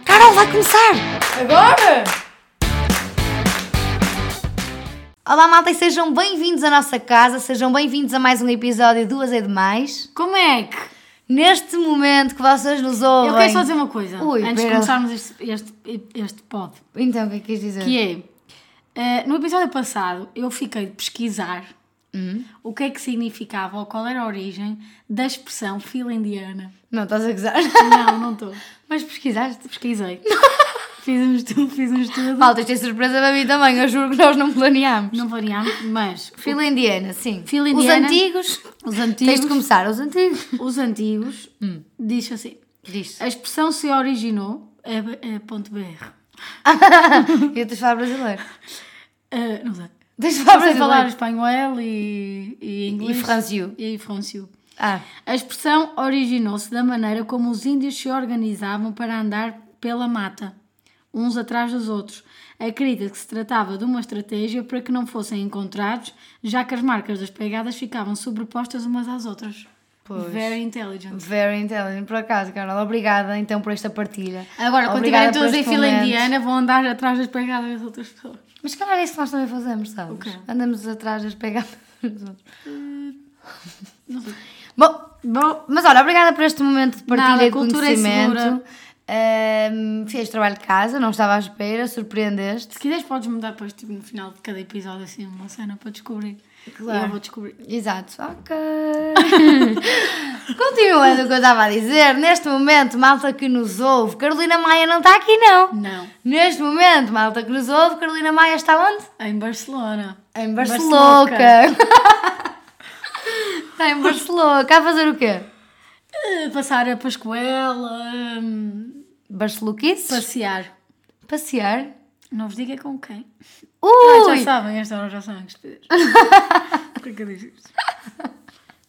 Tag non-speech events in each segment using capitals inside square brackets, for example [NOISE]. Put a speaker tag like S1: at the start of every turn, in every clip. S1: Então vai começar!
S2: Agora?
S1: Olá malta e sejam bem-vindos à nossa casa, sejam bem-vindos a mais um episódio Duas é Demais.
S2: Como é que?
S1: Neste momento que vocês nos ouvem...
S2: Eu quero só dizer uma coisa
S1: Ui,
S2: antes de
S1: pera.
S2: começarmos este, este, este pod.
S1: Então, o que é que queres dizer?
S2: Que é, eh, no episódio passado eu fiquei de pesquisar
S1: Hum?
S2: o que é que significava ou qual era a origem da expressão fila indiana.
S1: Não, estás a [LAUGHS] gozar?
S2: Não, não estou.
S1: Mas pesquisaste?
S2: Pesquisei. [LAUGHS] fiz um estudo, fiz um estudo.
S1: Malta, isto é surpresa para mim também, eu juro que nós não planeámos.
S2: Não variámos, mas
S1: Fila indiana, sim.
S2: Fila
S1: Os
S2: indiana.
S1: antigos. Tens
S2: os
S1: de
S2: antigos,
S1: começar, Hum. os antigos.
S2: os antigos, diz assim,
S1: Diz.
S2: a expressão se originou, é, é ponto BR.
S1: [LAUGHS] Eu te falar brasileiro.
S2: Eh, não sei.
S1: Tens de
S2: Só
S1: falar
S2: sei falar
S1: brasileiro.
S2: espanhol e, e inglês.
S1: E francio.
S2: E francês.
S1: Ah,
S2: A expressão originou-se da maneira como os índios se organizavam para andar pela mata, uns atrás dos outros. Acredita que se tratava de uma estratégia para que não fossem encontrados, já que as marcas das pegadas ficavam sobrepostas umas às outras.
S1: Pois.
S2: Very intelligent.
S1: very intelligent, por acaso, Carol. Obrigada então por esta partilha.
S2: Agora, quando
S1: Obrigada
S2: tiverem todos
S1: por
S2: em
S1: este
S2: fila
S1: momento.
S2: indiana, vão andar atrás das pegadas das outras pessoas.
S1: Mas se calhar é isso que nós também fazemos, sabes?
S2: quê? Eh,
S1: Andamos atrás das pegadas dos outros.
S2: Não sei.
S1: [LAUGHS] Bom,
S2: Bom,
S1: mas olha, obrigada por este momento de partilha
S2: Nada,
S1: de
S2: cultura é
S1: conhecimento.
S2: segura.
S1: Ahm, fez trabalho de casa, não estava à espera, surpreendeste.
S2: se quiseres, podes mudar depois, tipo, no final de cada episódio, assim, uma cena para descobrir.
S1: Claro.
S2: E eu vou descobrir.
S1: Exato,
S2: [LAUGHS]
S1: ok. Continuando o que eu estava a dizer, neste momento, malta que nos ouve, Carolina Maia não está aqui, não.
S2: Não.
S1: Neste momento, malta que nos ouve, Carolina Maia está onde?
S2: Em Barcelona.
S1: Em Barcelona. está [LAUGHS] em Barcelona. Cá a fazer o quê?
S2: Eh, Passar a Pascoela, hum,
S1: Barceluquices?
S2: passear.
S1: Passear?
S2: Não vos diga com quem. Ah, já
S1: Ui!
S2: sabem, esta hora já são
S1: [LAUGHS]
S2: despedidos. Por que eu disse isto?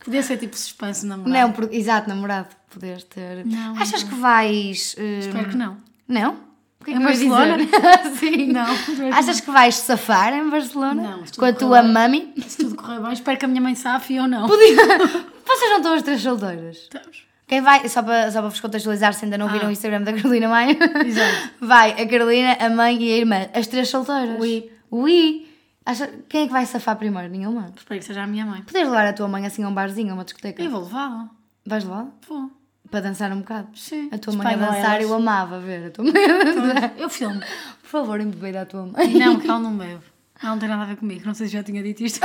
S2: Podia ser tipo suspense namorado.
S1: Não, por- exato, namorado, poderes ter.
S2: Não,
S1: Achas que vais. hum,
S2: Espero que não.
S1: Não? O que é
S2: Em
S1: que vais
S2: Barcelona?
S1: dizer? [LAUGHS] Sim.
S2: Não, espero que
S1: Achas que vais safar em Barcelona?
S2: Não, estou
S1: Com a
S2: com
S1: tua
S2: ela.
S1: mami?
S2: Se tudo correr bem, espero que a minha mãe safe ou não.
S1: Vocês não estão as três solteiras?
S2: Estamos.
S1: Quem vai, só para, só para vos contextualizar, se ainda não viram
S2: Ah.
S1: o Instagram da Carolina Maia,
S2: [LAUGHS] Exato.
S1: vai a Carolina, a mãe e a irmã, as três solteiras.
S2: Ui.
S1: Ui! Acha, quem é que vai safar primeiro? Nenhuma.
S2: Espero que seja a minha mãe.
S1: Podes levar a tua mãe assim a um barzinho, a uma discoteca?
S2: Eu vou levá-la.
S1: Vais levá-la?
S2: Vou.
S1: Para dançar um bocado?
S2: Sim.
S1: A tua mãe a
S2: Espanholas.
S1: dançar, eu amava ver a tua mãe a dançar.
S2: Eu filmo.
S1: Por favor, embebida a tua mãe.
S2: Não, que ela não bebe. Ela não tem nada a ver comigo. Não sei se já tinha dito
S1: [LAUGHS]
S2: isto.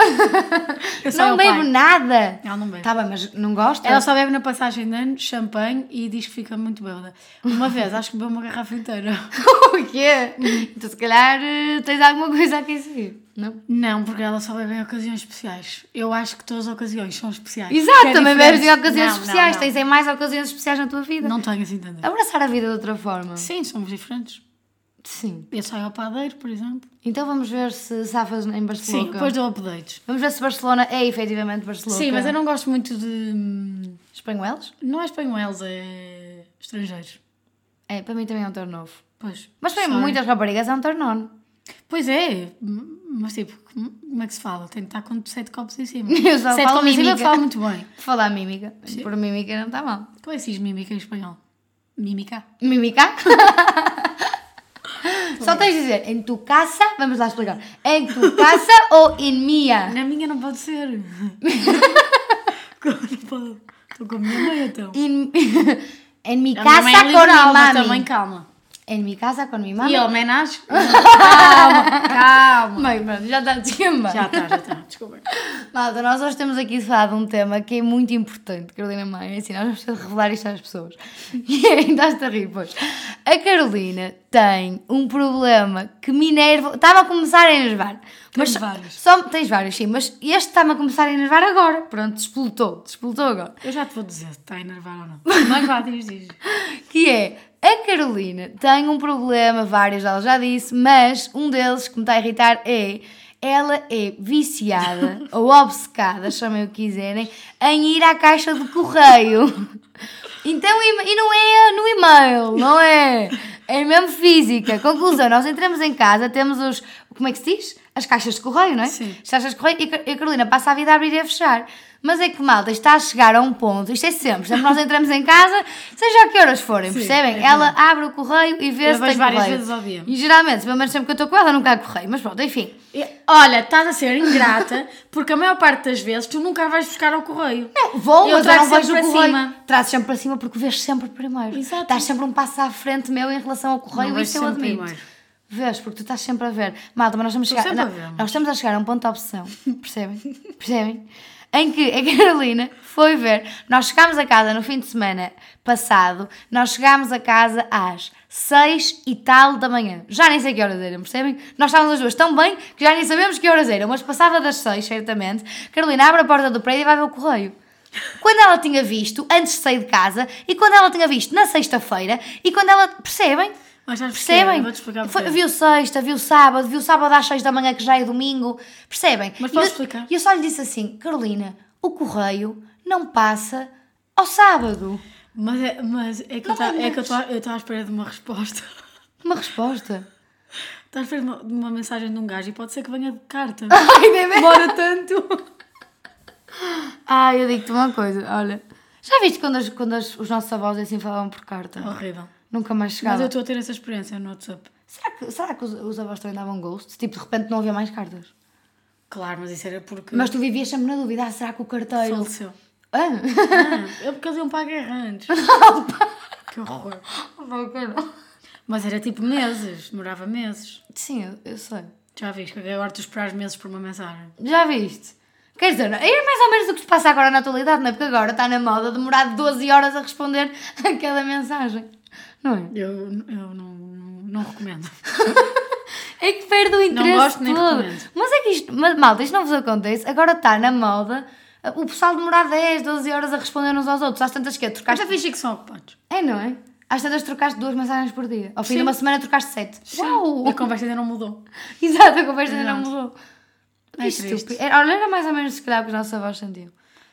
S2: Eu sou
S1: Não
S2: o pai.
S1: bebo nada!
S2: Ela não bebe.
S1: Tá bem, mas não gosta?
S2: Ela só bebe na passagem de ano champanhe e diz que fica muito bêbada. Uma vez, acho que bebeu uma garrafa inteira.
S1: [LAUGHS] o quê? Então se calhar eh, tens alguma coisa a aquecer, não?
S2: Não, porque ela só bebe em ocasiões especiais. Eu acho que todas as ocasiões são especiais.
S1: Exato,
S2: Que é
S1: também
S2: diferente.
S1: bebes em ocasiões
S2: Não, não,
S1: especiais,
S2: não.
S1: tens em mais ocasiões especiais na tua vida.
S2: Não tenho assim tanto.
S1: Abraçar a vida de outra forma.
S2: Sim, somos diferentes.
S1: Sim.
S2: Eu saio ao padeiro, por exemplo.
S1: Então vamos ver se safas em Barcelona.
S2: Sim, depois dou updates.
S1: Vamos ver se Barcelona é efetivamente Barcelona.
S2: Sim, mas eu não gosto muito de. hum,
S1: Espanhoelas?
S2: Não é espanhóis, é estrangeiros.
S1: É, para mim também é um turn off.
S2: Pois.
S1: Mas para
S2: Sorry.
S1: muitas raparigas é um turn on.
S2: Pois é, mas tipo, como é que se fala? Tem de estar com sete copos em [LAUGHS] cima.
S1: Eu só
S2: sete
S1: falo
S2: copos em cima,
S1: mímica.
S2: falo muito bem.
S1: Por Falar mímica. Por mímica não está mal.
S2: Como é que se diz mímica em espanhol? Mímica? [LAUGHS]
S1: Mímica? Só tens de dizer em tu casa, vamos lá explicar. Em tu casa ou em minha?
S2: Na minha não pode [LAUGHS] ser. Como não pode? Estou com a minha mãe então.
S1: Em, [LAUGHS] em mi
S2: A minha
S1: casa
S2: mãe é
S1: com mi
S2: liberal, mas também
S1: mami.
S2: calma.
S1: Em mi casa com mi
S2: E
S1: mami.
S2: homenagem? calma, calma.
S1: Mãe, mano, já está descamba.
S2: Já está, já tá. está, desculpa.
S1: Malta, nós hoje temos aqui de falar de um tema que é muito importante, Carolina Maia. Assim, nós vamos ter de revelar isto às pessoas. [LAUGHS] E ainda está a rir, pois. A Carolina tem um problema que me enerva. Estava a começar a enervar. Mas só-
S2: vários.
S1: Só, tens vários, sim, mas este está-me a começar a enervar agora. Pronto, despolutou, despolutou agora.
S2: Eu já te vou dizer se está a enervar ou não. Mas vá, diz, diz.
S1: que é a Carolina tem um problema, vários ela já disse, mas um deles que me está a irritar é ela é viciada ou obcecada, chamem o que quiserem, em ir à caixa de correio. Então, e e não é no e-mail, não é? É mesmo física. Conclusão, nós entramos em casa, temos os. Como é que se diz? as caixas de correio, não é?
S2: Sim.
S1: As caixas de correio e Car- e a Carolina passa a vida a abrir e a fechar. Mas é que, malta, está a chegar a um ponto, isto é sempre, sempre nós entramos em casa, seja a que horas forem,
S2: Sim,
S1: percebem?
S2: é
S1: ela abre o correio e vê
S2: Eu
S1: se
S2: vejo
S1: tem
S2: várias
S1: correio.
S2: vezes ao dia.
S1: E geralmente, pelo menos sempre que eu estou com ela, nunca há correio, mas pronto, enfim.
S2: E- Olha, estás a ser ingrata porque a maior parte das vezes tu nunca vais buscar ao correio.
S1: Não, É, vou,
S2: Eu
S1: mas eu
S2: trago
S1: não vejo
S2: sempre
S1: o
S2: para
S1: correio.
S2: cima.
S1: Trazes sempre para cima porque vês sempre primeiro.
S2: Exato.
S1: Estás sempre um passo à frente meu em relação ao correio
S2: Não,
S1: e
S2: vejo
S1: isso eu
S2: sempre
S1: admito.
S2: primeiro.
S1: Vês, porque tu estás sempre a ver. Malta, mas nós estamos, a chegar,
S2: sempre a
S1: não,
S2: ver, mas-
S1: nós estamos a chegar a um ponto de opção, percebem? [LAUGHS] percebem? Em que a Carolina foi ver. Nós chegámos a casa no fim de semana passado, nós chegámos a casa às 6 e tal da manhã. Já nem sei que horas eram, percebem? Nós estávamos as duas tão bem que já nem sabemos que horas eram, mas passava das 6, certamente. Carolina abre a porta do prédio e vai ver o correio. Quando ela tinha visto, antes de sair de casa, e quando ela tinha visto na sexta-feira, e quando ela. Percebem?
S2: Mas sabes porquê?
S1: Percebem?
S2: Vou-te explicar
S1: Foi-
S2: porquê.
S1: viu sexta, viu sábado, viu sábado às seis da manhã, que já é domingo. Percebem?
S2: Mas
S1: E
S2: posso
S1: eu-
S2: explicar?
S1: E eu só lhe disse assim: Carolina, o correio não passa ao sábado.
S2: Mas é, mas é que eu
S1: Não há mais.
S2: estou à espera de uma resposta. [LAUGHS]
S1: Uma resposta. [LAUGHS]
S2: Estou à espera de uma, de uma mensagem de um gajo e pode ser que venha de carta.
S1: [LAUGHS] Ai, bebê!
S2: Demora tanto.
S1: Ai, eu digo-te uma coisa, olha. Já viste quando, as- quando as- os nossos avós assim falavam por carta?
S2: É Horrível.
S1: Nunca mais
S2: Mas eu
S1: chegava.
S2: estou a ter essa experiência no WhatsApp.
S1: Será que, será que os, os avós também davam ghost? Tipo, de repente não havia mais cartas?
S2: Claro, mas isso era porque
S1: Mas tu vivias sempre na dúvida, ah, será que o carteiro.
S2: faleceu. [LAUGHS]
S1: Ah?
S2: Ah, é porque eles iam para a guerra
S1: [LAUGHS]
S2: antes. que horror. Mas era tipo meses, demorava meses.
S1: Sim, eu, eu sei.
S2: Já viste que agora tu esperas meses por uma mensagem.
S1: Já viste? Quer dizer, é mais ou menos o que se passa agora na atualidade, não é? Porque agora está na moda demorar 12 horas a responder [LAUGHS] aquela mensagem. Não é?
S2: Eu, eu não, não, não recomendo.
S1: É que perde o interesse
S2: gosto, nem
S1: todo.
S2: recomendo.
S1: Mas é que isto, mas, malta, isto não vos acontece. Agora está na moda ah, o pessoal demorar 10, 12 horas a responder uns aos outros. Às tantas que é? Trocaste.
S2: Até fingi que são ocupados.
S1: É, não é? Às tantas trocaste duas mensagens por dia. Ao fim
S2: Sim.
S1: de uma semana trocaste sete. Uau!
S2: A conversa ainda não mudou.
S1: [LAUGHS] Exato, a conversa ainda não
S2: Exato.
S1: mudou.
S2: É
S1: Que estúpido.
S2: triste.
S1: Era, olha, era mais ou menos se calhar o que os nossos avós sentiam.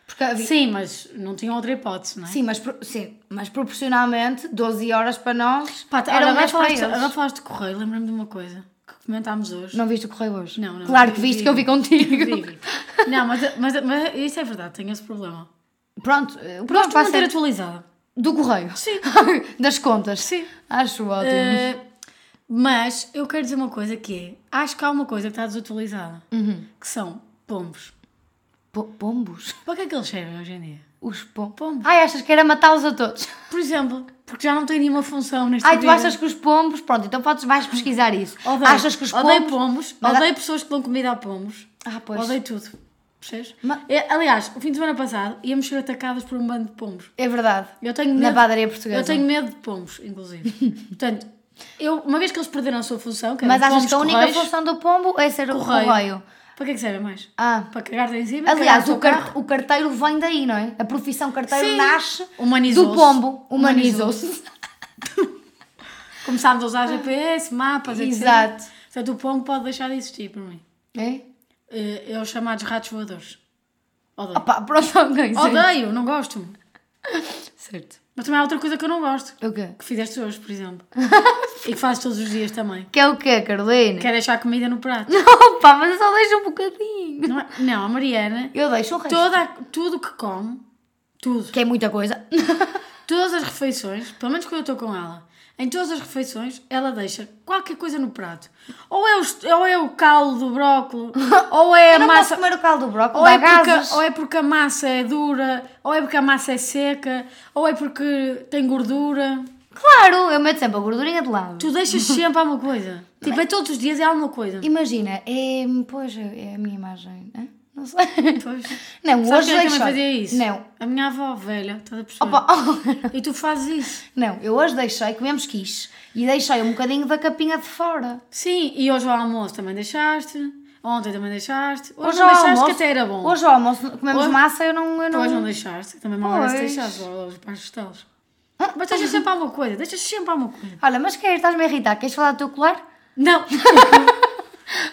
S1: Porque havia... sim.
S2: Sim, mas não tinham outra hipótese, não é?
S1: mas, pro- sim, mas proporcionalmente, 12 horas para nós
S2: Pá, tá-
S1: eram
S2: olha, agora,
S1: 10 para
S2: falaste,
S1: eles.
S2: agora falaste de correio, lembra-me de uma coisa que comentámos hoje.
S1: Não viste o correio hoje?
S2: Não, não.
S1: Claro que
S2: Vi,
S1: viste
S2: vi.
S1: que eu vi
S2: Vi,
S1: contigo.
S2: vi. Não, mas, mas, mas isso é verdade, tenho esse problema.
S1: Pronto, eh, o
S2: Gosto
S1: próximo
S2: de
S1: vai
S2: manter
S1: ser
S2: atualizada.
S1: do correio. [LAUGHS]
S2: Sim.
S1: das contas.
S2: Sim.
S1: Acho ótimo.
S2: Eh, mas eu quero dizer uma coisa que é, acho que há uma coisa que está desatualizada,
S1: Uhum.
S2: que são pombos.
S1: Po- pombos?
S2: Para que é que eles servem hoje em dia?
S1: Os pom-
S2: Pombos.
S1: Ai, achas que era matá-los a todos?
S2: Por exemplo, porque já não tem nenhuma função neste
S1: Ai, tu achas que os pombos... Pronto, então podes, vais pesquisar isso. achas que os pombos...
S2: Odeio pombos,
S1: Mas-
S2: odeio pessoas que dão comida a pombos.
S1: Ah, pois.
S2: Odeio tudo. Percebes?
S1: Ma-
S2: É, aliás, o fim de semana passado íamos ser atacadas por um bando de pombos.
S1: É verdade.
S2: Eu tenho medo.
S1: Na padaria portuguesa.
S2: Eu tenho medo de pombos,
S1: [LAUGHS]
S2: inclusive. Portanto, eu, uma vez que eles perderam a sua função, que eram
S1: Mas achas
S2: pombos
S1: que a única
S2: correios,
S1: função do pombo é ser o
S2: Correio.
S1: correio?
S2: Para que é que serve mais?
S1: Ah.
S2: Para cagar lá em cima?
S1: Aliás,
S2: cagar no
S1: o,
S2: é teu
S1: car- o carteiro vem daí, não é? A profissão carteiro
S2: Sim.
S1: nasce
S2: Humanizou-se.
S1: do pombo. Humanizou-se.
S2: Começámos a usar GPS, mapas, etc.
S1: Exato.
S2: Portanto, o pombo pode deixar de existir para mim.
S1: É?
S2: Eh, É os chamados ratos voadores. Odeio.
S1: Opa, pronto, [LAUGHS] ok. sim.
S2: Odeio, não gosto.
S1: Certo. É
S2: Mas também há outra coisa que eu não gosto.
S1: O quê?
S2: Que fizeste hoje, por exemplo. e que fazes todos os dias também.
S1: Que é o quê, Carolina?
S2: Quer deixar comida no prato.
S1: Opa, mas eu só deixo um bocadinho.
S2: Não, é- não, a Mariana,
S1: Eu deixo o resto.
S2: toda, a- tudo que come, tudo,
S1: Que é muita coisa.
S2: todas as refeições, pelo menos quando eu estou com ela, em todas as refeições, ela deixa qualquer coisa no prato. Ou é o, est- ou é o caldo do
S1: [LAUGHS]
S2: brócolis, ou é
S1: Eu
S2: a
S1: não posso
S2: massa.
S1: comer o caldo do brócolis.
S2: Ou é,
S1: dá gases.
S2: porque, ou é porque a massa é dura, ou é porque a massa é seca, ou é porque tem gordura.
S1: Claro, eu meto sempre a gordurinha de lado. [LAUGHS]
S2: Tu deixas sempre alguma coisa. Tipo, é todos os dias é alguma coisa.
S1: Imagina, é... Pois, é a minha imagem. hã? Não sei. [LAUGHS]
S2: Pois.
S1: Não,
S2: Sabes
S1: hoje
S2: quem é que também
S1: deixo...
S2: fazia isso?
S1: Não.
S2: A minha avó velha, toda a pessoa.
S1: Opa, [LAUGHS] oh,
S2: E tu fazes isso.
S1: Não, eu hoje deixei, comemos quiche, e deixei um bocadinho da capinha de fora.
S2: Sim, e hoje ao almoço também deixaste, ontem também deixaste, hoje,
S1: ao
S2: não deixaste que
S1: almoço-
S2: até era bom. Hoje,
S1: Hoje ao almoço comemos
S2: Hoje-
S1: massa, eu não... Eu não...
S2: hoje não deixaste, também mal era se
S1: Pois. Ah.
S2: deixaste, hoje para os Mas deixas sempre alguma coisa, deixas sempre alguma coisa.
S1: [LAUGHS]
S2: [LAUGHS]
S1: Olha, mas queres, estás-me a irritar, queres falar do teu colar?
S2: Não!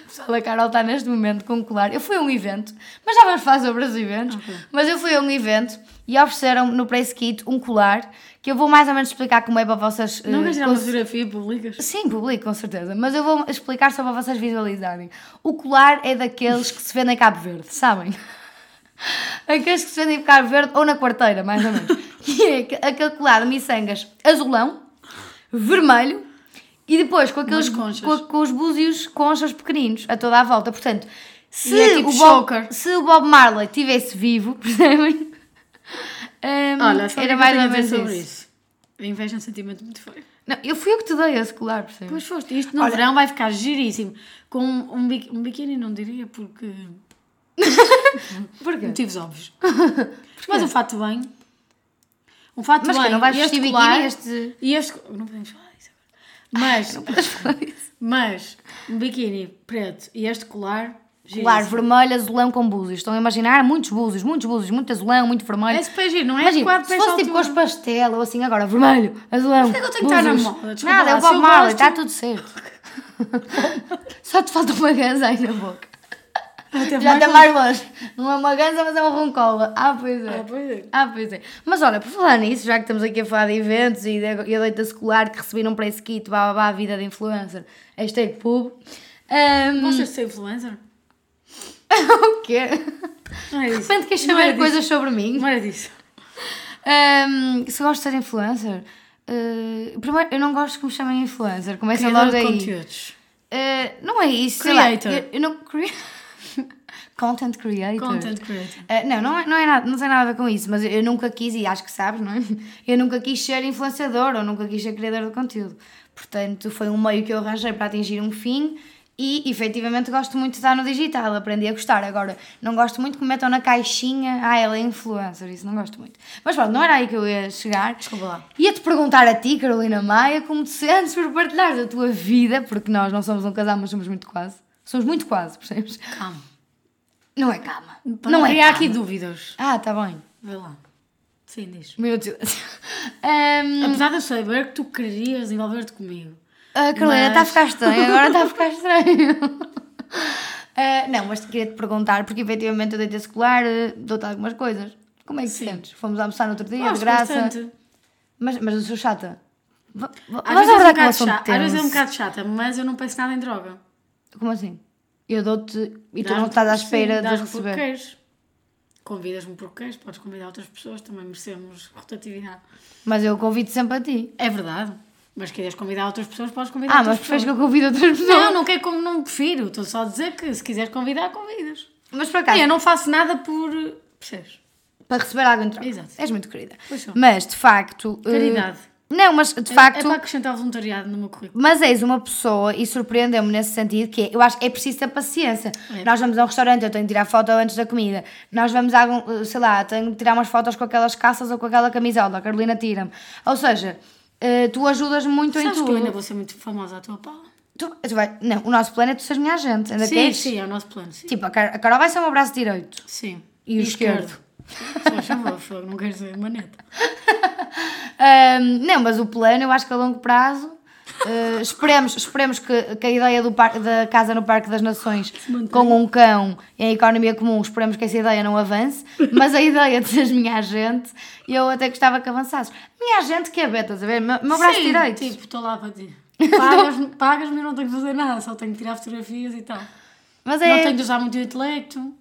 S1: pessoal, a Carol está neste momento com um colar. Eu fui a um evento, mas já vamos falar sobre os eventos. Mas eu fui a um evento e ofereceram-me no Price Kit um colar que eu vou mais ou menos explicar como é para vocês. eh,
S2: Não vais tirar uma
S1: cons-
S2: fotografia e publicas?
S1: Sim, publico, com certeza. Mas eu vou explicar só para vocês visualizarem. O colar é daqueles que se vendem em Cabo Verde, sabem? [LAUGHS] Aqueles que se vendem em Cabo Verde ou na quarteira, mais ou menos. [LAUGHS] Que é que- aquele colar de miçangas azulão, vermelho e depois com aqueles
S2: Umas conchas.
S1: com, com os búzios conchas pequeninos a toda a volta. Portanto, se,
S2: é tipo
S1: o, Bob,
S2: choker.
S1: se o Bob Marley estivesse vivo, [LAUGHS] percebem? Hum,
S2: Olha, sabe o
S1: era
S2: que eu
S1: mais
S2: tenho
S1: ou
S2: a dizer
S1: menos
S2: sobre
S1: isso.
S2: isso. A inveja é um sentimento muito feio.
S1: Não, eu fui eu que te dei esse colar, percebem?
S2: Pois foste, isto no
S1: Olha-
S2: verão vai ficar giríssimo. Com um, bi- um biquíni, não diria, porque.
S1: Porquê? [LAUGHS]
S2: Motivos óbvios. Mas um fato bem. Um fato
S1: Mas que
S2: bem.
S1: não vais
S2: e este
S1: vestir biquíni,
S2: colar-
S1: este-
S2: E este. Não podemos falar disso agora. Mas. mas. Um biquíni preto e este colar.
S1: Colar
S2: giríssimo.
S1: vermelho, azulão com búzios. Estão a imaginar? Muitos búzios, muitos búzios, muito azulão, muito vermelho.
S2: É super giro, não é?
S1: Imagina,
S2: Quatro
S1: se
S2: para esta
S1: fosse tipo
S2: altura.
S1: cores pastel ou assim agora, vermelho, azulão. Por
S2: que eu tenho que estar na moda? Desculpa
S1: Nada,
S2: lá,
S1: é o
S2: se
S1: Bob
S2: eu
S1: Marley,
S2: gosto-
S1: está tudo certo. [LAUGHS] Só te falta uma ganza aí na boca. Já
S2: Até mais
S1: está mais longe. Não é uma ganza, mas é uma roncola. Ah, pois é.
S2: Ah, pois é.
S1: Ah, pois é. Mas olha, por falar nisso, já que estamos aqui a falar de eventos e da e a leita secular que receberam para esse kit, blá blá blá, vida de influencer, hashtag pub. hum, Ahm,
S2: Gostas de ser influencer?
S1: [LAUGHS] o quê?
S2: Não é
S1: De
S2: isso.
S1: repente queres
S2: Não era
S1: saber coisas sobre
S2: disso.
S1: mim?
S2: Não era disso.
S1: Ahm, se gosto de ser influencer, eh, primeiro, eu não gosto que me chamem influencer, começa
S2: Criador
S1: logo
S2: de
S1: aí.
S2: conteúdos.
S1: Eh, não é isso,
S2: Creator.
S1: sei lá. Eu, eu não... cre- [LAUGHS] Content creator.
S2: Content creator.
S1: Eh, não, não é, não é nada, não tem nada a ver com isso, mas eu, eu nunca quis, e acho que sabes, não é? [LAUGHS] Eu nunca quis ser influenciador ou nunca quis ser criador de conteúdo. Portanto, foi um meio que eu arranjei para atingir um fim e efetivamente gosto muito de estar no digital, aprendi a gostar. Agora, não gosto muito que me metam na caixinha, ah, ela é influencer, isso não gosto muito. Mas pronto, não era aí que eu ia chegar.
S2: Desculpa lá.
S1: Ia-te perguntar a ti, Carolina Maia, como te sentes por partilhares a tua vida, porque nós não somos um casal, mas somos muito quase. Somos muito quase, percebes?
S2: Calma.
S1: Não é calma.
S2: Para
S1: não é
S2: criar
S1: calma.
S2: aqui dúvidas.
S1: Ah, tá bem.
S2: Vê lá. Sim, diz.
S1: Meu Deus. [LAUGHS] Ahm,
S2: Apesar de eu saber que tu querias envolver-te comigo.
S1: a Carolina
S2: Mas-
S1: está a ficar estranha, agora está a ficar estranho. [LAUGHS] Ah, não, mas queria te perguntar, porque efetivamente eu dei-te esse colar, eh, dou-te algumas coisas. Como é que te
S2: Sim.
S1: sentes? Fomos almoçar no outro dia,
S2: Gosto
S1: de graça.
S2: bastante.
S1: Mas, mas eu sou chata. V- v-
S2: Às
S1: Vamos
S2: vezes, é um
S1: abordar com o
S2: bocado
S1: assunto
S2: chata, às vezes é um
S1: tenso.
S2: bocado chata, mas eu não penso nada em droga.
S1: Como assim? Eu dou-te e tu
S2: Dás-me
S1: não estás à
S2: por-
S1: espera
S2: sim,
S1: de
S2: dás-me porque
S1: receber.
S2: queres. Convidas-me porque queres, podes convidar outras pessoas, também merecemos rotatividade.
S1: Mas eu convido sempre a ti.
S2: É verdade, mas querias convidar outras pessoas, podes convidar
S1: Ah,
S2: outras
S1: mas preferes que
S2: pessoas.
S1: eu convido outras pessoas?
S2: Não, não quero como não prefiro, estou só a dizer que se quiseres convidar, convidas.
S1: Mas por acaso,
S2: Eu não faço nada por. Percebes?
S1: para receber algo em troca.
S2: Exato.
S1: És muito querida.
S2: Pois sou.
S1: Mas, de facto... eh,
S2: Caridade.
S1: Não, mas de
S2: É-
S1: facto...
S2: É para acrescentar voluntariado no meu currículo.
S1: Mas és uma pessoa, e surpreendeu-me nesse sentido, que é, eu acho que é preciso ter paciência.
S2: É.
S1: Nós vamos a um restaurante, eu tenho que tirar foto antes da comida. Nós vamos a algum, eh, sei lá, tenho que tirar umas fotos com aquelas calças ou com aquela camisola. A Carolina tira-me. Ou seja, eh, tu ajudas muito em
S2: Sabes que eu ainda
S1: tudo.
S2: vou ser muito famosa à tua pala?
S1: Tu, tu vai, não, o nosso plano é tu seres minha agente. Ainda
S2: Sim,
S1: queres?
S2: sim, é o nosso plano. Sim.
S1: Tipo, a Car- a Carol vai ser um braço direito.
S2: sim.
S1: E o esquerdo?
S2: [LAUGHS] Só chamou fogo, não quero ser maneta.
S1: Ahm, não, mas o plano, eu acho que a longo prazo. eh, esperemos esperemos que, que a ideia do par- da casa no Parque das Nações
S2: mantém.
S1: com um cão em economia comum, esperemos que essa ideia não avance, mas a ideia de seres minha agente, eu até gostava que avançasses. Minha agente que é beta, estás a ver? Meu, meu braço
S2: Sim,
S1: direito.
S2: Tipo, estou lá para ti. Pagas-me, pagas-me e não tenho que fazer nada, só tenho que tirar fotografias e tal.
S1: Mas
S2: Não
S1: é,
S2: tenho
S1: não,
S2: de usar muito o intelecto.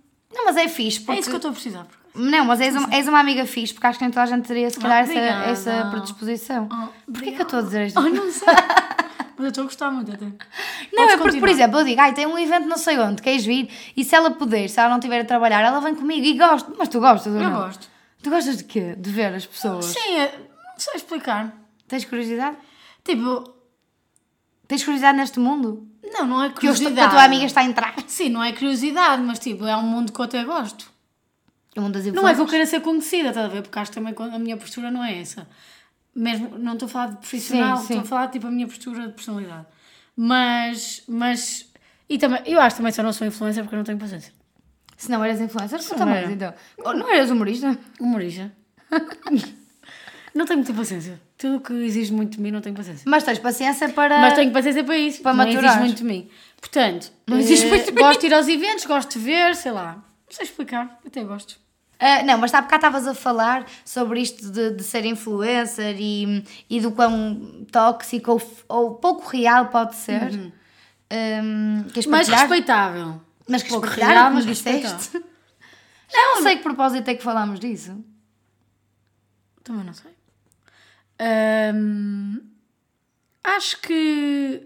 S1: mas é fixe, porque...
S2: É isso que eu estou a precisar. por acaso.
S1: Não, mas és, um- és uma amiga fixe, porque acho que nem toda a gente teria, se calhar, essa,
S2: Ah, obrigada.
S1: essa predisposição.
S2: Oh,
S1: Porquê que eu estou a dizer isto?
S2: [LAUGHS] Oh, não sei. Mas eu estou a gostar muito até.
S1: Não,
S2: Podes
S1: é porque, por
S2: continuar.
S1: exemplo, eu digo, ai, tem um evento não sei onde, queres vir? E se ela puder, se ela não estiver a trabalhar, ela vem comigo e gosto. Mas tu gostas ou
S2: Eu
S1: não?
S2: gosto.
S1: Tu gostas de quê? De ver as pessoas?
S2: Sim, é- não sei explicar.
S1: Tens curiosidade?
S2: Tipo,
S1: Tens curiosidade neste mundo?
S2: não, não é curiosidade.
S1: Que, eu estou, que a tua amiga está a entrar.
S2: Sim, não é curiosidade, mas tipo, é um mundo que eu até gosto.
S1: É um das
S2: Não é que eu queira ser conhecida, estás a ver? Porque acho que também a minha postura não é essa. Mesmo, não estou a falar de profissional,
S1: Sim, sim.
S2: estou a falar tipo a minha postura de personalidade. Mas, mas, e também, eu acho também só não sou influencer porque eu não tenho paciência.
S1: Se não eras influencer, tu
S2: não
S1: também
S2: era.
S1: então. Ou Não eras humorista?
S2: Humorista. [LAUGHS] Não tenho muita paciência. Tudo o que exige muito de mim, não tenho paciência.
S1: Mas tens paciência para.
S2: Mas tenho paciência para isso.
S1: Para
S2: não
S1: maturar.
S2: exige muito de mim. Portanto,
S1: Não
S2: eh,
S1: exige muito de mim.
S2: gosto de ir aos eventos, gosto de ver, sei lá. Não sei explicar, até gosto.
S1: Ah, não, mas há bocado estavas a falar sobre isto de, de ser influencer e, e do quão tóxico ou, f- ou pouco real pode ser. Hum, queres
S2: Uhum. Mas
S1: partilhar?
S2: respeitável.
S1: Mas que
S2: Pouco
S1: partilhar,
S2: real,
S1: mas [LAUGHS]
S2: mas
S1: disseste.
S2: respeitável.
S1: Não, não sei que propósito é que falámos disso.
S2: Também não sei. Ahm, acho que.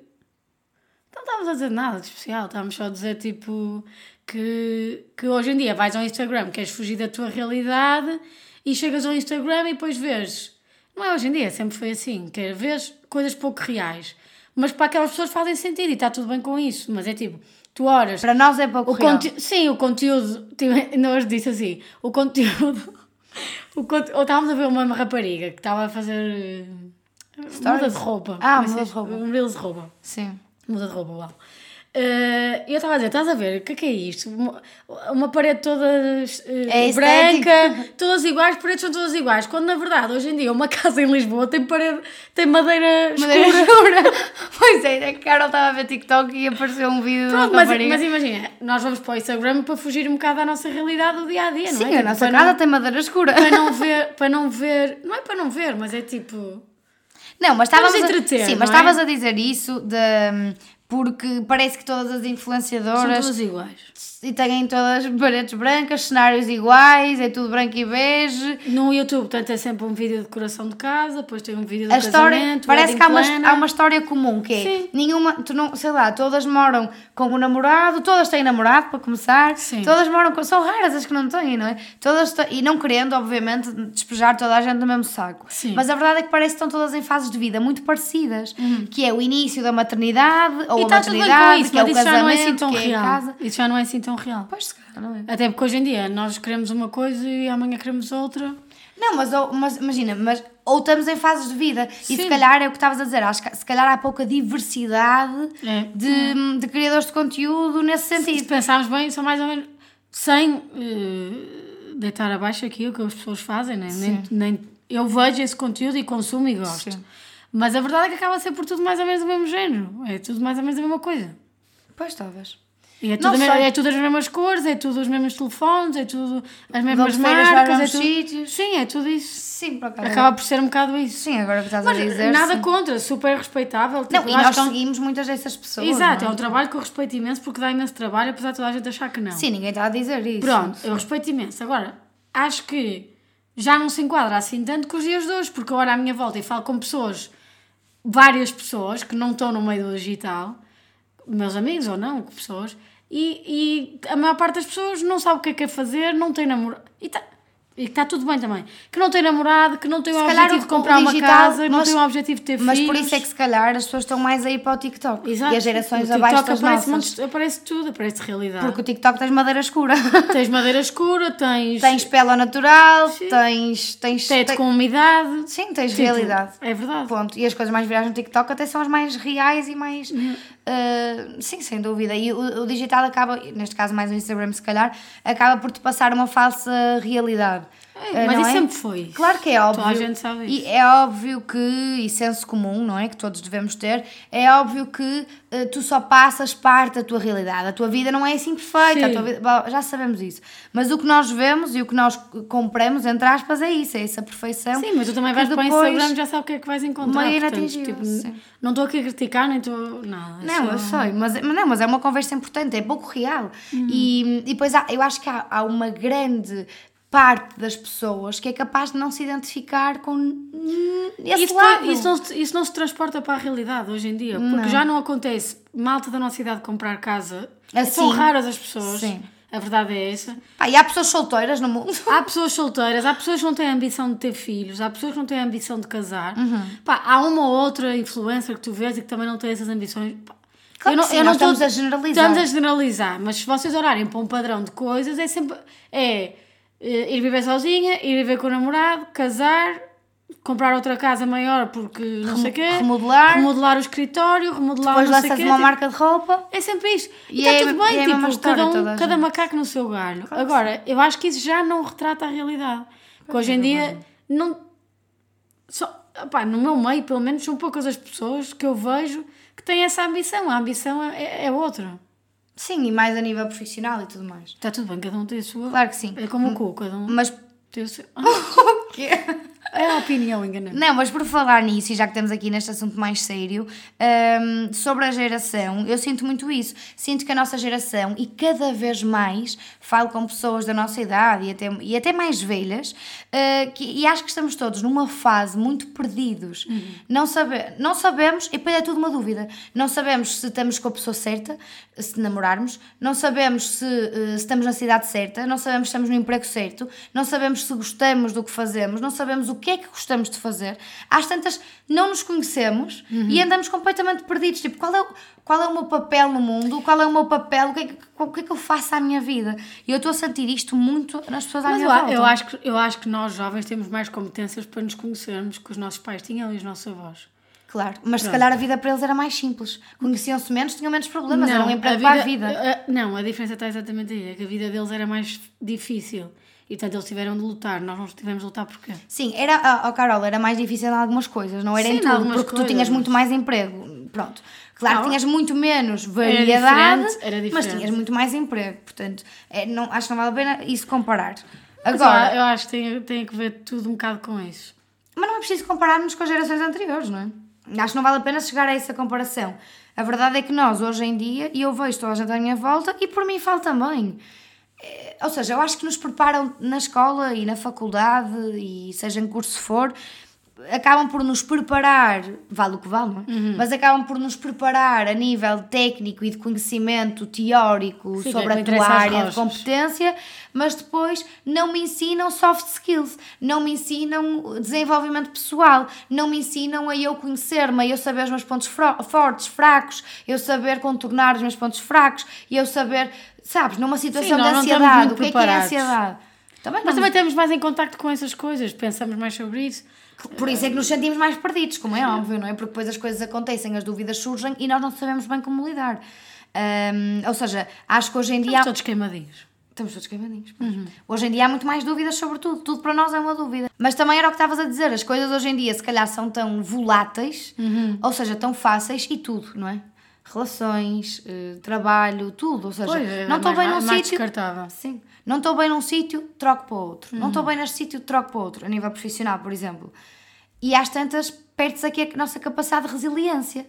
S2: Não estávamos a dizer nada de especial. Estávamos só a dizer, tipo, que, que hoje em dia vais ao Instagram, queres fugir da tua realidade e chegas ao Instagram e depois vês. Não é hoje em dia, sempre foi assim. Quer vês coisas pouco reais. Mas para aquelas pessoas fazem sentido e está tudo bem com isso. Mas é tipo, tu olhas
S1: Para nós é pouco
S2: o
S1: real.
S2: conte- Sim, o conteúdo. tive- [LAUGHS] Ainda hoje disse assim: o conteúdo. [LAUGHS] O conte- Ou estávamos a ver uma rapariga que estava a fazer. eh, Muda de roupa.
S1: Ah,
S2: Não sei
S1: muda de
S2: se-
S1: roupa.
S2: Um reels de roupa.
S1: Sim.
S2: Muda de roupa, uau. Eh, E eu estava a dizer, estás a ver, o que é que é isto? Uma, uma parede toda eh,
S1: É [LAUGHS]
S2: branca, todas iguais, paredes são todas iguais. Quando na verdade, hoje em dia, uma [LAUGHS] casa em Lisboa tem parede, tem madeira,
S1: Madeira
S2: escura.
S1: [LAUGHS] escura. pois é, é que a Carol estava a ver TikTok e apareceu um vídeo
S2: Pronto,
S1: de
S2: mas,
S1: rapariga.
S2: mas imagina, nós vamos para o Instagram para fugir um bocado da nossa realidade do dia a dia, não
S1: Sim,
S2: é?
S1: a
S2: Tipo,
S1: nossa
S2: para
S1: casa
S2: não-
S1: tem madeira escura.
S2: para não ver, para não ver, não é para não ver, mas é tipo,
S1: Não, mas estávamos
S2: Vamos
S1: a-
S2: entreter,
S1: Sim, mas
S2: não é?
S1: estavas a dizer isso de hum, porque parece que todas as
S2: são
S1: influenciadoras
S2: todas iguais.
S1: e têm todas paredes brancas, cenários iguais, é tudo branco e bege.
S2: No YouTube, portanto, é sempre um vídeo de decoração de casa, depois tem um vídeo de
S1: A história,
S2: casamento,
S1: parece
S2: wedding
S1: que há uma,
S2: planner.
S1: há uma história comum que é
S2: Sim.
S1: nenhuma, tu não, sei lá, todas moram com o namorado, todas têm namorado para começar,
S2: Sim.
S1: todas moram com, são raras as que não têm, não é? Todas te- e não querendo, obviamente, despejar toda a gente no mesmo saco.
S2: Sim.
S1: Mas a verdade é que parece que estão todas em fases de vida muito parecidas, que é o início da maternidade ou
S2: Uhum. E
S1: a
S2: está tudo bem com
S1: maternidade,
S2: isso,
S1: que é o
S2: mas isso já não é
S1: casamento,
S2: assim tão
S1: que é a
S2: real.
S1: casa.
S2: Isso já não é assim tão real.
S1: Pois, se calhar, não é?
S2: Até porque hoje em dia nós queremos uma coisa e amanhã queremos outra.
S1: Não, mas, ou- mas imagina, mas ou estamos em fases de vida e se
S2: Sim.
S1: calhar é o que estavas a dizer, acho que se calhar há pouca diversidade
S2: É.
S1: de, de criadores de conteúdo nesse
S2: E se
S1: sentido.
S2: pensarmos bem, são mais ou menos sem eh, deitar abaixo aqui o que as pessoas fazem, né? nem, nem eu vejo esse conteúdo e consumo e gosto.
S1: Sim.
S2: Mas a verdade é que acaba a ser por tudo mais ou menos do mesmo género. É tudo mais ou menos a mesma coisa.
S1: Pois talvez.
S2: E é, tudo
S1: Não
S2: a me-
S1: sei.
S2: é tudo as mesmas cores, é tudo os mesmos telefones, é tudo as mesmas
S1: de férias para
S2: marcas, é
S1: alguns
S2: tudo...
S1: sítios.
S2: Sim, é tudo isso.
S1: Sim, por acaso.
S2: Acaba por ser um bocado isso.
S1: Sim, agora que estás
S2: Mas
S1: a dizer.
S2: nada
S1: sim.
S2: contra, super respeitável. tipo,
S1: Não,
S2: eu
S1: e
S2: acho
S1: nós
S2: que é um-
S1: seguimos muitas dessas pessoas.
S2: Exato, é
S1: não
S2: um trabalho que eu respeito imenso porque dá imenso trabalho, apesar de toda a gente achar que não.
S1: Sim, ninguém está a dizer isso.
S2: um- Pronto, eu respeito imenso. Agora, acho que já não se enquadra assim tanto com os dias de hoje, porque eu olho à minha volta e falo com pessoas, várias pessoas, que não estão no meio do digital, meus amigos ou não, com pessoas, e, e a maior parte das pessoas não sabe o que é que é fazer, não tem namorado. E está tudo bem também. Que não tem namorado, que não tem o
S1: calhar
S2: objetivo de
S1: o-
S2: comprar
S1: o
S2: uma
S1: digital,
S2: casa, não
S1: mas-
S2: tem o objetivo de ter
S1: Mas
S2: filhos.
S1: por isso é que se calhar as pessoas estão mais aí para o TikTok.
S2: Exato.
S1: E as gerações
S2: No
S1: abaixo
S2: TikTok
S1: das
S2: aparece,
S1: nossas.
S2: um monte de- aparece tudo, aparece realidade.
S1: Porque o TikTok tens madeira escura.
S2: Tens madeira escura,
S1: [LAUGHS]
S2: tens,
S1: tens pele ao natural, tens. tens
S2: teto
S1: te-
S2: com umidade.
S1: Sim, tens
S2: Tipo,
S1: realidade.
S2: É verdade.
S1: Ponto. E as coisas mais virais no TikTok até são as mais reais e mais.
S2: Uhum.
S1: ah, sim, sem dúvida. E o, o digital acaba, neste caso mais o Instagram se calhar, acaba por te passar uma falsa realidade.
S2: É,
S1: Ah,
S2: mas
S1: não
S2: isso
S1: é?
S2: sempre foi.
S1: Claro que é óbvio.
S2: Toda a gente sabe
S1: E é óbvio que, e senso comum, não é? Que todos devemos ter, é óbvio que eh, tu só passas parte da tua realidade. A tua vida não é assim perfeita. a
S2: Sim.
S1: tua vida- bom, já sabemos isso. Mas o que nós vemos e o que nós compramos, entre aspas, é isso, é essa perfeição.
S2: Sim, mas tu também
S1: que
S2: vais para o
S1: depois-
S2: Instagram já sabes o que é que vais encontrar.
S1: Uma
S2: portanto,
S1: inatingível,
S2: tipo,
S1: sim.
S2: Não estou aqui a criticar, nem estou. Não, é
S1: Não,
S2: só- Hum.
S1: eu sei, mas, mas não, mas é uma conversa importante, é pouco real. E, e depois há- eu acho que há, há uma grande parte das pessoas que é capaz de não se identificar com hum, esse
S2: Isso,
S1: lado.
S2: isso é, não, se- isso não se transporta para a realidade hoje em dia, porque já não acontece malta da nossa idade comprar casa. São
S1: Assim.
S2: raras as pessoas.
S1: Sim.
S2: A verdade é essa.
S1: Pá, Ah, e há pessoas solteiras no mundo.
S2: Há pessoas solteiras, há pessoas que não têm a ambição de ter filhos, há pessoas que não têm a ambição de casar.
S1: Uhum.
S2: Pá, há uma ou outra influencer que tu vês e que também não tem essas ambições. Pá,
S1: Claro que sim, nós
S2: tô-
S1: estamos a generalizar.
S2: Estamos a generalizar, mas se vocês olharem para um padrão de coisas, é sempre. É eh, ir viver sozinha, ir viver com o namorado, casar, comprar outra casa maior porque não sei o quê.
S1: remodelar.
S2: Remodelar o escritório, remodelar
S1: Depois
S2: [LAUGHS] não sei
S1: lanças
S2: quê.
S1: uma
S2: tipo,
S1: marca de roupa.
S2: é sempre isto.
S1: E
S2: E está
S1: é-
S2: tudo bem,
S1: é a mesma
S2: tipo,
S1: história
S2: cada,
S1: toda a
S2: um, cada
S1: gente.
S2: macaco no seu
S1: Claro
S2: galho.
S1: que é,
S2: Agora, eu acho que isso já não retrata a realidade. Porque hoje em dia, não. Só, opá, no meu meio, pelo menos, são poucas as pessoas que eu vejo que têm essa ambição. A ambição é, é outra.
S1: Sim, e mais a nível profissional e tudo mais.
S2: Está tudo bem, cada um tem a sua.
S1: Claro que sim.
S2: É como o cu, cada um
S1: Mas. [LAUGHS]
S2: tem o seu.
S1: O quê?
S2: É a opinião enganada.
S1: Não, mas por falar nisso, e já que estamos aqui neste assunto mais sério, hum, sobre a geração, eu sinto muito isso. Sinto que a nossa geração, e cada vez mais, falo com pessoas da nossa idade e até, e até mais velhas, uh, que- e acho que estamos todos numa fase muito perdidos. Não, sabe, não sabemos, e depois é tudo uma dúvida, não sabemos se estamos com a pessoa certa, se namorarmos, não sabemos se, eh, se estamos na cidade certa, não sabemos se estamos no emprego certo, não sabemos se gostamos do que fazemos, não sabemos o que é que gostamos de fazer. Às tantas, não nos conhecemos e
S2: Uhum.
S1: andamos completamente perdidos. Tipo, qual é, o- qual é o meu papel no mundo? Qual é o meu papel? O que é que, o que, é que eu faço à minha vida? E eu estou a sentir isto muito nas pessoas à
S2: Mas
S1: minha
S2: eu, a-
S1: volta.
S2: eu, acho que, eu acho que nós jovens temos mais competências para nos conhecermos que os nossos pais tinham e os nossos avós.
S1: Claro, mas se calhar a vida para eles era mais simples. Conheciam-se menos, tinham menos problemas, era um emprego
S2: a
S1: para a vida.
S2: a- não, a diferença está exatamente aí. É que a vida deles era mais difícil. E, portanto, eles tiveram de lutar. Nós não tivemos de lutar porquê?
S1: Sim, era, a Carol, era mais difícil em algumas coisas, não era
S2: Sim,
S1: em
S2: em
S1: tudo,
S2: algumas
S1: porque tu tinhas
S2: coisas.
S1: muito mais emprego. Pronto. Claro que
S2: Não.
S1: tinhas muito menos variedade,
S2: diferente, era
S1: mas
S2: diferente.
S1: tinhas muito mais emprego. Portanto, é, não, acho que não vale a pena isso comparar.
S2: Mas
S1: Agora, mas,
S2: eu, eu acho que tem, tem que ver tudo um bocado com isso.
S1: não é preciso compararmos com as gerações anteriores, não é? Acho que não vale a pena chegar a essa comparação. A verdade é que nós, hoje em dia, e eu vejo toda a gente à minha volta, e por mim falo também. Eh, Ou seja, eu acho que nos preparam na escola e na faculdade, e seja em que curso for, acabam por nos preparar, vale o que vale, não é?
S2: Uhum.
S1: mas acabam por nos preparar a nível técnico e de conhecimento teórico
S2: Sim, é
S1: sobre
S2: que
S1: a tua
S2: interessa às
S1: área de
S2: rochas.
S1: competência, mas depois não me ensinam soft skills, não me ensinam desenvolvimento pessoal, não me ensinam a eu conhecer-me, a eu saber os meus pontos fro- fortes, fracos, eu saber contornar os meus pontos fracos, eu saber, sabes, numa situação
S2: Sim,
S1: de
S2: nós não estamos
S1: ansiedade,
S2: muito
S1: o que é que é
S2: preparados. Tá
S1: ansiedade? Também
S2: Mas
S1: não
S2: também estamos mais em contacto com essas coisas. Pensamos mais sobre isso.
S1: Por isso é que nos sentimos mais perdidos, como é óbvio, não é? Porque depois as coisas acontecem, as dúvidas surgem e nós não sabemos bem como lidar. Ahm, ou seja, acho que hoje em dia.
S2: Estamos todos Uhum. queimadinhos.
S1: Estamos todos queimadinhos. pois. Hoje em dia há muito mais dúvidas sobre tudo. Tudo para nós é uma dúvida. Mas também era o que estavas a dizer. As coisas hoje em dia, se calhar, são tão voláteis,
S2: Uhum.
S1: ou seja, tão fáceis e tudo, não é? Relações, eh, trabalho, tudo. Ou seja,
S2: Pois, é
S1: não estou
S2: mais-
S1: bem num
S2: mais- mais
S1: sítio.
S2: [LAUGHS] descartável.
S1: Sim. Não estou bem num sítio, troco para outro. Não estou bem neste sítio, troco para outro. A nível profissional, por exemplo. E às tantas, perde-se aqui a nossa capacidade de resiliência.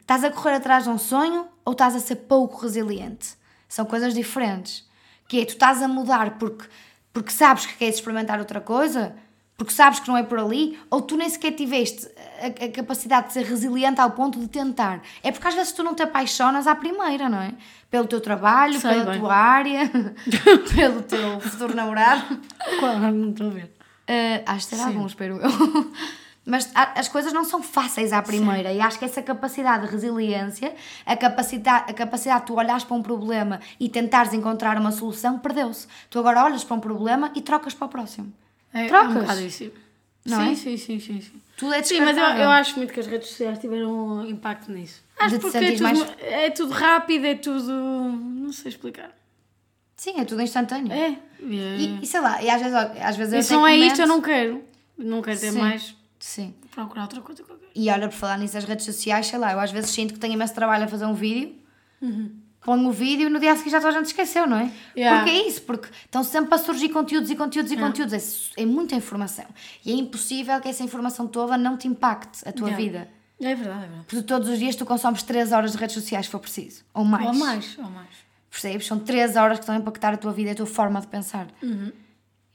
S1: Estás a correr atrás de um sonho ou estás a ser pouco resiliente? São coisas diferentes. Que é, tu estás a mudar porque, porque sabes que queres experimentar outra coisa? Porque sabes que não é por ali? Ou tu nem sequer tiveste a, a capacidade de ser resiliente ao ponto de tentar? É porque às vezes tu não te apaixonas à primeira, não é? Pelo teu trabalho,
S2: Sei
S1: pela
S2: bem.
S1: tua
S2: [LAUGHS]
S1: área, pelo teu futuro namorado.
S2: Claro, não estou a ver.
S1: Uh, acho que terá algum, espero eu. [LAUGHS] Mas a- as coisas não são fáceis à primeira e acho que essa capacidade de resiliência, a capacidade, a capacidade de tu olhares para um problema e tentares encontrar uma solução, perdeu-se. Tu agora olhas para um problema e trocas para o próximo.
S2: É, É um
S1: Trocas.
S2: bocado isso.
S1: Não
S2: sim,
S1: é?
S2: sim, sim, sim, sim.
S1: Tudo é
S2: Sim, mas eu,
S1: descartável.
S2: eu acho muito que as redes sociais tiveram um impacto nisso. Acho
S1: te
S2: porque é
S1: sentir
S2: tudo,
S1: mais-
S2: é tudo rápido, é tudo. Não sei explicar.
S1: Sim, é tudo instantâneo.
S2: É.
S1: E, e sei lá, e às vezes, às vezes eu
S2: E se
S1: até
S2: não é isto, eu
S1: comento-
S2: não quero. Não quero ter
S1: Sim.
S2: mais.
S1: Sim.
S2: Procurar outra coisa qualquer.
S1: E olha, por falar nisso, as redes sociais, sei lá, eu às vezes sinto que tenho imenso trabalho a fazer um vídeo, ponho o vídeo e no dia a seguir já toda a gente esqueceu, não é?
S2: Yeah.
S1: Porque é isso, porque estão sempre a surgir conteúdos e conteúdos e conteúdos, é, su- é muita informação. E é impossível que essa informação toda não te impacte a tua
S2: Yeah.
S1: vida.
S2: É verdade, é verdade.
S1: Porque todos os dias tu consomes 3 horas de redes sociais, se for preciso, ou mais.
S2: Ou mais, ou mais.
S1: Percebes? São 3 horas que estão a impactar a tua vida e a tua forma de pensar.
S2: Uhum.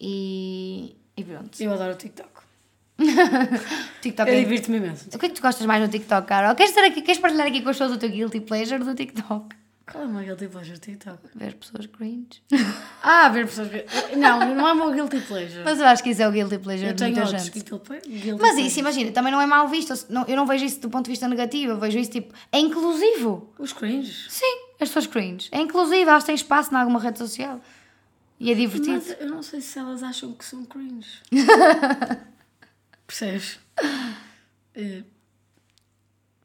S1: E, e pronto. [LAUGHS]
S2: Eu adoro o TikTok.
S1: TikTok
S2: Eu
S1: é
S2: divirto-me imenso.
S1: O que é que tu gostas mais no TikTok, Carol? Queres, estar aqui, queres partilhar aqui com as pessoas o teu guilty pleasure do TikTok?
S2: Qual é o meu guilty pleasure do TikTok?
S1: Ver pessoas cringe.
S2: Ah, ver pessoas. ver- Não, não é o meu guilty pleasure.
S1: Mas eu acho que isso é o guilty pleasure
S2: eu
S1: de
S2: tenho
S1: muita
S2: outros
S1: gente.
S2: guilty ple- guilty
S1: Mas
S2: pleasures.
S1: isso, imagina, também não é mal visto. se- não- Eu não vejo isso do ponto de vista negativo. Eu vejo isso tipo. É inclusivo.
S2: Os cringes.
S1: Sim, as pessoas cringe. É inclusivo. Elas têm espaço em alguma rede social. E é divertido.
S2: Mas eu não sei se elas acham que são [LAUGHS] cringe. [LAUGHS] Percebes? É,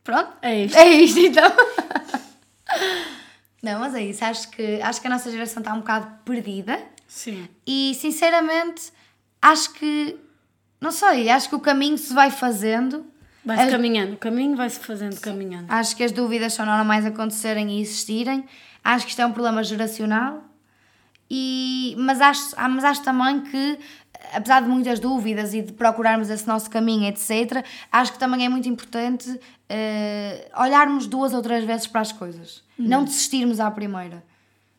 S1: Pronto.
S2: É isto.
S1: É isto então. [LAUGHS] não, mas é isso. Acho que, acho que a nossa geração
S2: É.
S1: está um bocado perdida.
S2: Sim.
S1: E sinceramente, acho que Não sei, acho que o caminho se vai fazendo.
S2: Vai-se caminhando, o caminho vai-se fazendo caminhando.
S1: Acho que as dúvidas são normais acontecerem e existirem. Acho que isto é um problema geracional. E, mas, acho, ah, mas acho também que, apesar de muitas dúvidas e de procurarmos esse nosso caminho, etc., acho que também é muito importante eh, olharmos duas ou três vezes para as coisas.
S2: Uhum.
S1: Não desistirmos à primeira.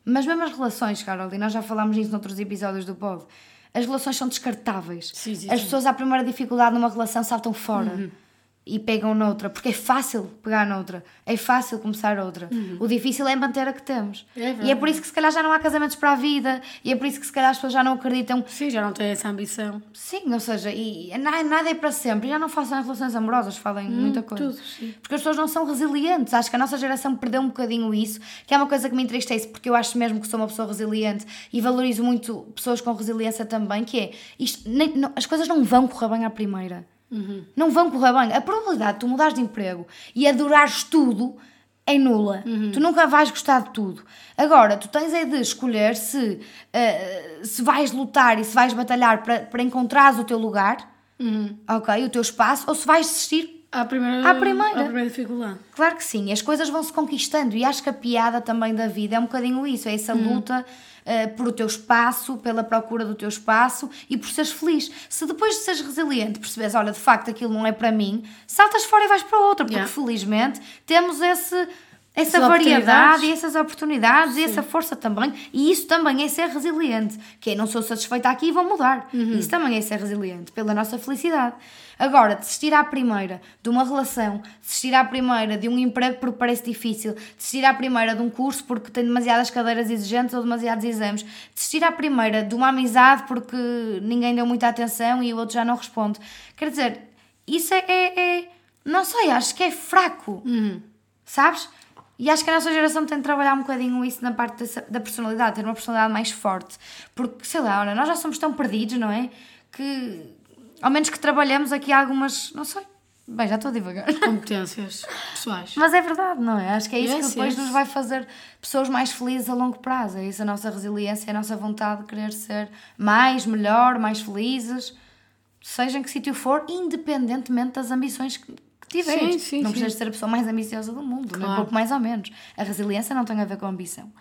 S1: Mas mesmo as relações, Carol, e nós já falámos disso noutros episódios do pod, as relações são descartáveis.
S2: Sim, sim, Uhum.
S1: as
S2: sim.
S1: pessoas à primeira dificuldade numa relação saltam fora e pegam noutra, porque é fácil pegar noutra, é fácil começar outra. O difícil é manter a que temos.
S2: Uhum. É verdade.
S1: e é por isso que se calhar já não há casamentos para a vida, e é por isso que se calhar as pessoas já não acreditam.
S2: Sim, já não tem essa ambição.
S1: Sim, ou seja, e, e na- nada é para sempre. E já não façam as relações amorosas, falem muita coisa.
S2: Hum, tudo, sim.
S1: Porque as pessoas não são resilientes. Acho que a nossa geração perdeu um bocadinho isso, que é uma coisa que me entristece, porque eu acho mesmo que sou uma pessoa resiliente e valorizo muito pessoas com resiliência também, que é isto, nem- não- as coisas não vão correr bem à primeira. Não vão correr bem. A probabilidade de tu mudares de emprego e adorares tudo é nula. Tu nunca vais gostar de tudo. Agora, tu tens é de escolher se, eh, se vais lutar e se vais batalhar para, para encontrares o teu lugar, ok, o teu espaço, ou se vais desistir
S2: À primeira,
S1: À primeira.
S2: à primeira dificuldade.
S1: Claro que sim, as coisas vão se conquistando e acho que a piada também da vida é um bocadinho isso, é essa luta eh, por o teu espaço, pela procura do teu espaço e por seres feliz. Se depois de seres resiliente percebes, olha, de facto aquilo não é para mim, saltas fora e vais para outra, porque
S2: Yeah.
S1: felizmente temos esse, essa
S2: Essas
S1: variedade
S2: oportunidades.
S1: e essas oportunidades e essa força também, e isso também é ser resiliente, que é não sou satisfeita aqui e vou mudar.
S2: Uhum.
S1: Isso também é ser resiliente, pela nossa felicidade. Agora, desistir à primeira de uma relação, desistir à primeira de um emprego porque parece difícil, desistir à primeira de um curso porque tem demasiadas cadeiras exigentes ou demasiados exames, desistir à primeira de uma amizade porque ninguém deu muita atenção e o outro já não responde. Quer dizer, isso é. é- é- não sei, acho que é fraco
S2: Uhum.
S1: sabes? E acho que a nossa geração tem de trabalhar um bocadinho isso na parte dessa- da personalidade, ter uma personalidade mais forte. Porque, sei lá, olha, nós já somos tão perdidos, não é? Que, ao menos que trabalhamos aqui algumas, não sei, bem, já estou devagar.
S2: Competências pessoais.
S1: [LAUGHS] Mas é verdade, não é? Acho que é isso
S2: Yes,
S1: que depois
S2: yes.
S1: nos vai fazer pessoas mais felizes a longo prazo. É isso a nossa resiliência, a nossa vontade de querer ser mais, melhor, mais felizes, seja em que sítio for, independentemente das ambições que que tiveres.
S2: Sim, sim,
S1: não
S2: sim.
S1: precisas ser a pessoa mais ambiciosa do mundo, nem
S2: Claro.
S1: pouco mais ou menos. A resiliência não tem a ver com ambição.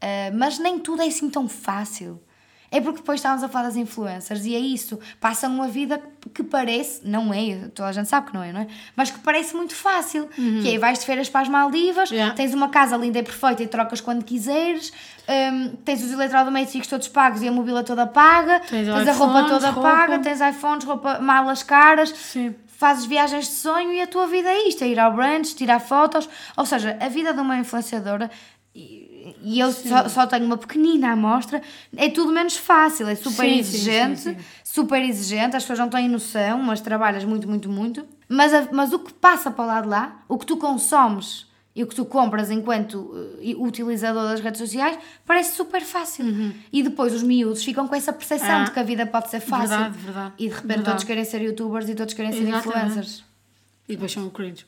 S1: Ah, mas nem tudo é assim tão fácil. É porque depois estávamos a falar das influencers e é isso. Passam uma vida que parece, não é, toda a gente sabe que não é, não é? Mas que parece muito fácil. Que é, vais de férias para as Maldivas,
S2: Uhum. Yeah.
S1: tens uma casa linda e perfeita e trocas quando quiseres, hum, tens os eletrodomésticos todos pagos e a mobília toda paga, tens,
S2: Tens
S1: a roupa
S2: iPhones,
S1: toda
S2: roupa.
S1: paga, tens iPhones, roupa, malas caras,
S2: Sim.
S1: fazes viagens de sonho e a tua vida é isto: é ir ao brunch, tirar fotos. Ou seja, a vida de uma influenciadora, e, e eu só, só tenho uma pequenina amostra, é tudo menos fácil, é super
S2: Sim, sim,
S1: exigente,
S2: sim, sim.
S1: super exigente, as pessoas não têm noção, mas trabalhas muito, muito, muito. Mas, a- mas o que passa para o lado de lá, o que tu consomes e o que tu compras enquanto eh, utilizador das redes sociais, parece super fácil. E depois os miúdos ficam com essa percepção
S2: Uhum. Ah,
S1: de que a vida pode ser fácil.
S2: verdade, verdade,
S1: E de repente
S2: verdade.
S1: todos querem ser youtubers e todos querem ser
S2: Exatamente.
S1: influencers.
S2: E depois são cringe.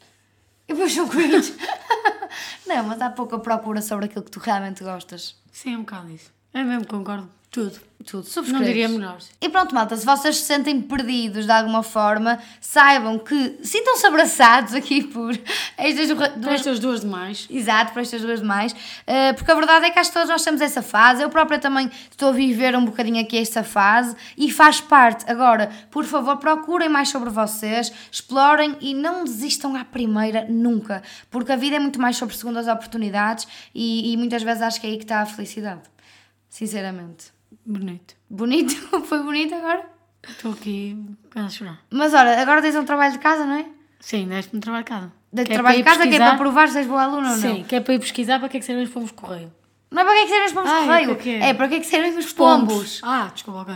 S1: E depois são cringe. [LAUGHS] não, mas há pouca procura sobre aquilo que tu realmente gostas.
S2: Sim, é um bocado isso. É mesmo, concordo. Tudo.
S1: Tudo,
S2: Não
S1: subscreves.
S2: diria menores.
S1: E pronto, malta, se vocês se sentem perdidos de alguma forma, saibam que sintam-se abraçados aqui por [LAUGHS] estas duas-
S2: Para estas duas demais.
S1: Exato, para estas duas demais. Eh, porque a verdade é que acho que todos nós temos essa fase. Eu própria também estou a viver um bocadinho aqui esta fase e faz parte. Agora, por favor, procurem mais sobre vocês, explorem e não desistam à primeira nunca. Porque a vida é muito mais sobre segundas oportunidades e, e muitas vezes acho que é aí que está a felicidade. Sinceramente.
S2: Bonito.
S1: Bonito? [LAUGHS] Foi bonito agora?
S2: Estou aqui a chorar.
S1: Mas ora, agora tens um trabalho de casa, não é?
S2: Sim, deste-me trabalho de casa.
S1: De
S2: Que é
S1: trabalho
S2: ir
S1: de casa, que é para
S2: pesquisar.
S1: provar se és boa aluna ou não.
S2: Sim, que é para ir pesquisar para que é que servem os pombos de correio.
S1: Não é para que é que servem os pombos
S2: Ai,
S1: de correio?
S2: para quê?
S1: É para que é que servem os pombos?
S2: Ah, desculpa, ok.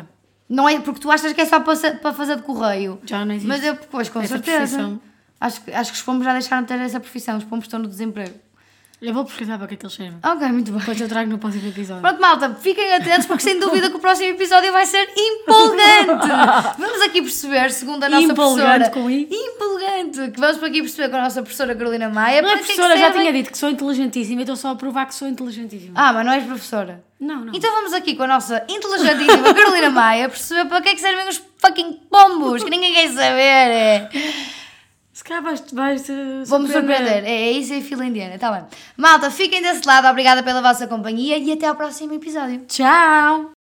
S1: Não é porque tu achas que é só para, sa- para fazer de correio.
S2: Já não existe.
S1: Mas eu, pois, com
S2: Essa
S1: certeza.
S2: profissão.
S1: Acho, que- acho que os pombos já deixaram de ter essa profissão. Os pombos estão no desemprego.
S2: Eu vou pesquisar para que é que ele serve.
S1: Ok, muito bem.
S2: Depois eu trago no próximo episódio.
S1: Pronto, malta, fiquem atentos porque sem dúvida que o próximo episódio vai ser
S2: [LAUGHS]
S1: empolgante. Vamos aqui perceber, segundo a nossa
S2: Empolgante
S1: professora.
S2: com I.
S1: Empolgante. Que vamos para aqui perceber com a nossa professora Carolina Maia.
S2: Mas a
S1: para que é que
S2: professora já
S1: servem-
S2: tinha dito que sou inteligentíssima, eu estou só a provar que sou inteligentíssima.
S1: Ah, mas não és professora.
S2: Não, não.
S1: Então vamos aqui com a nossa inteligentíssima Carolina Maia perceber para que é que servem os fucking pombos, que ninguém quer saber. é.
S2: Se calhar vais, vais eh,
S1: Vamos surpreender. É, é isso, é fila indiana. Tá bem. Malta, fiquem desse lado. Obrigada pela vossa companhia e até ao próximo episódio.
S2: Tchau!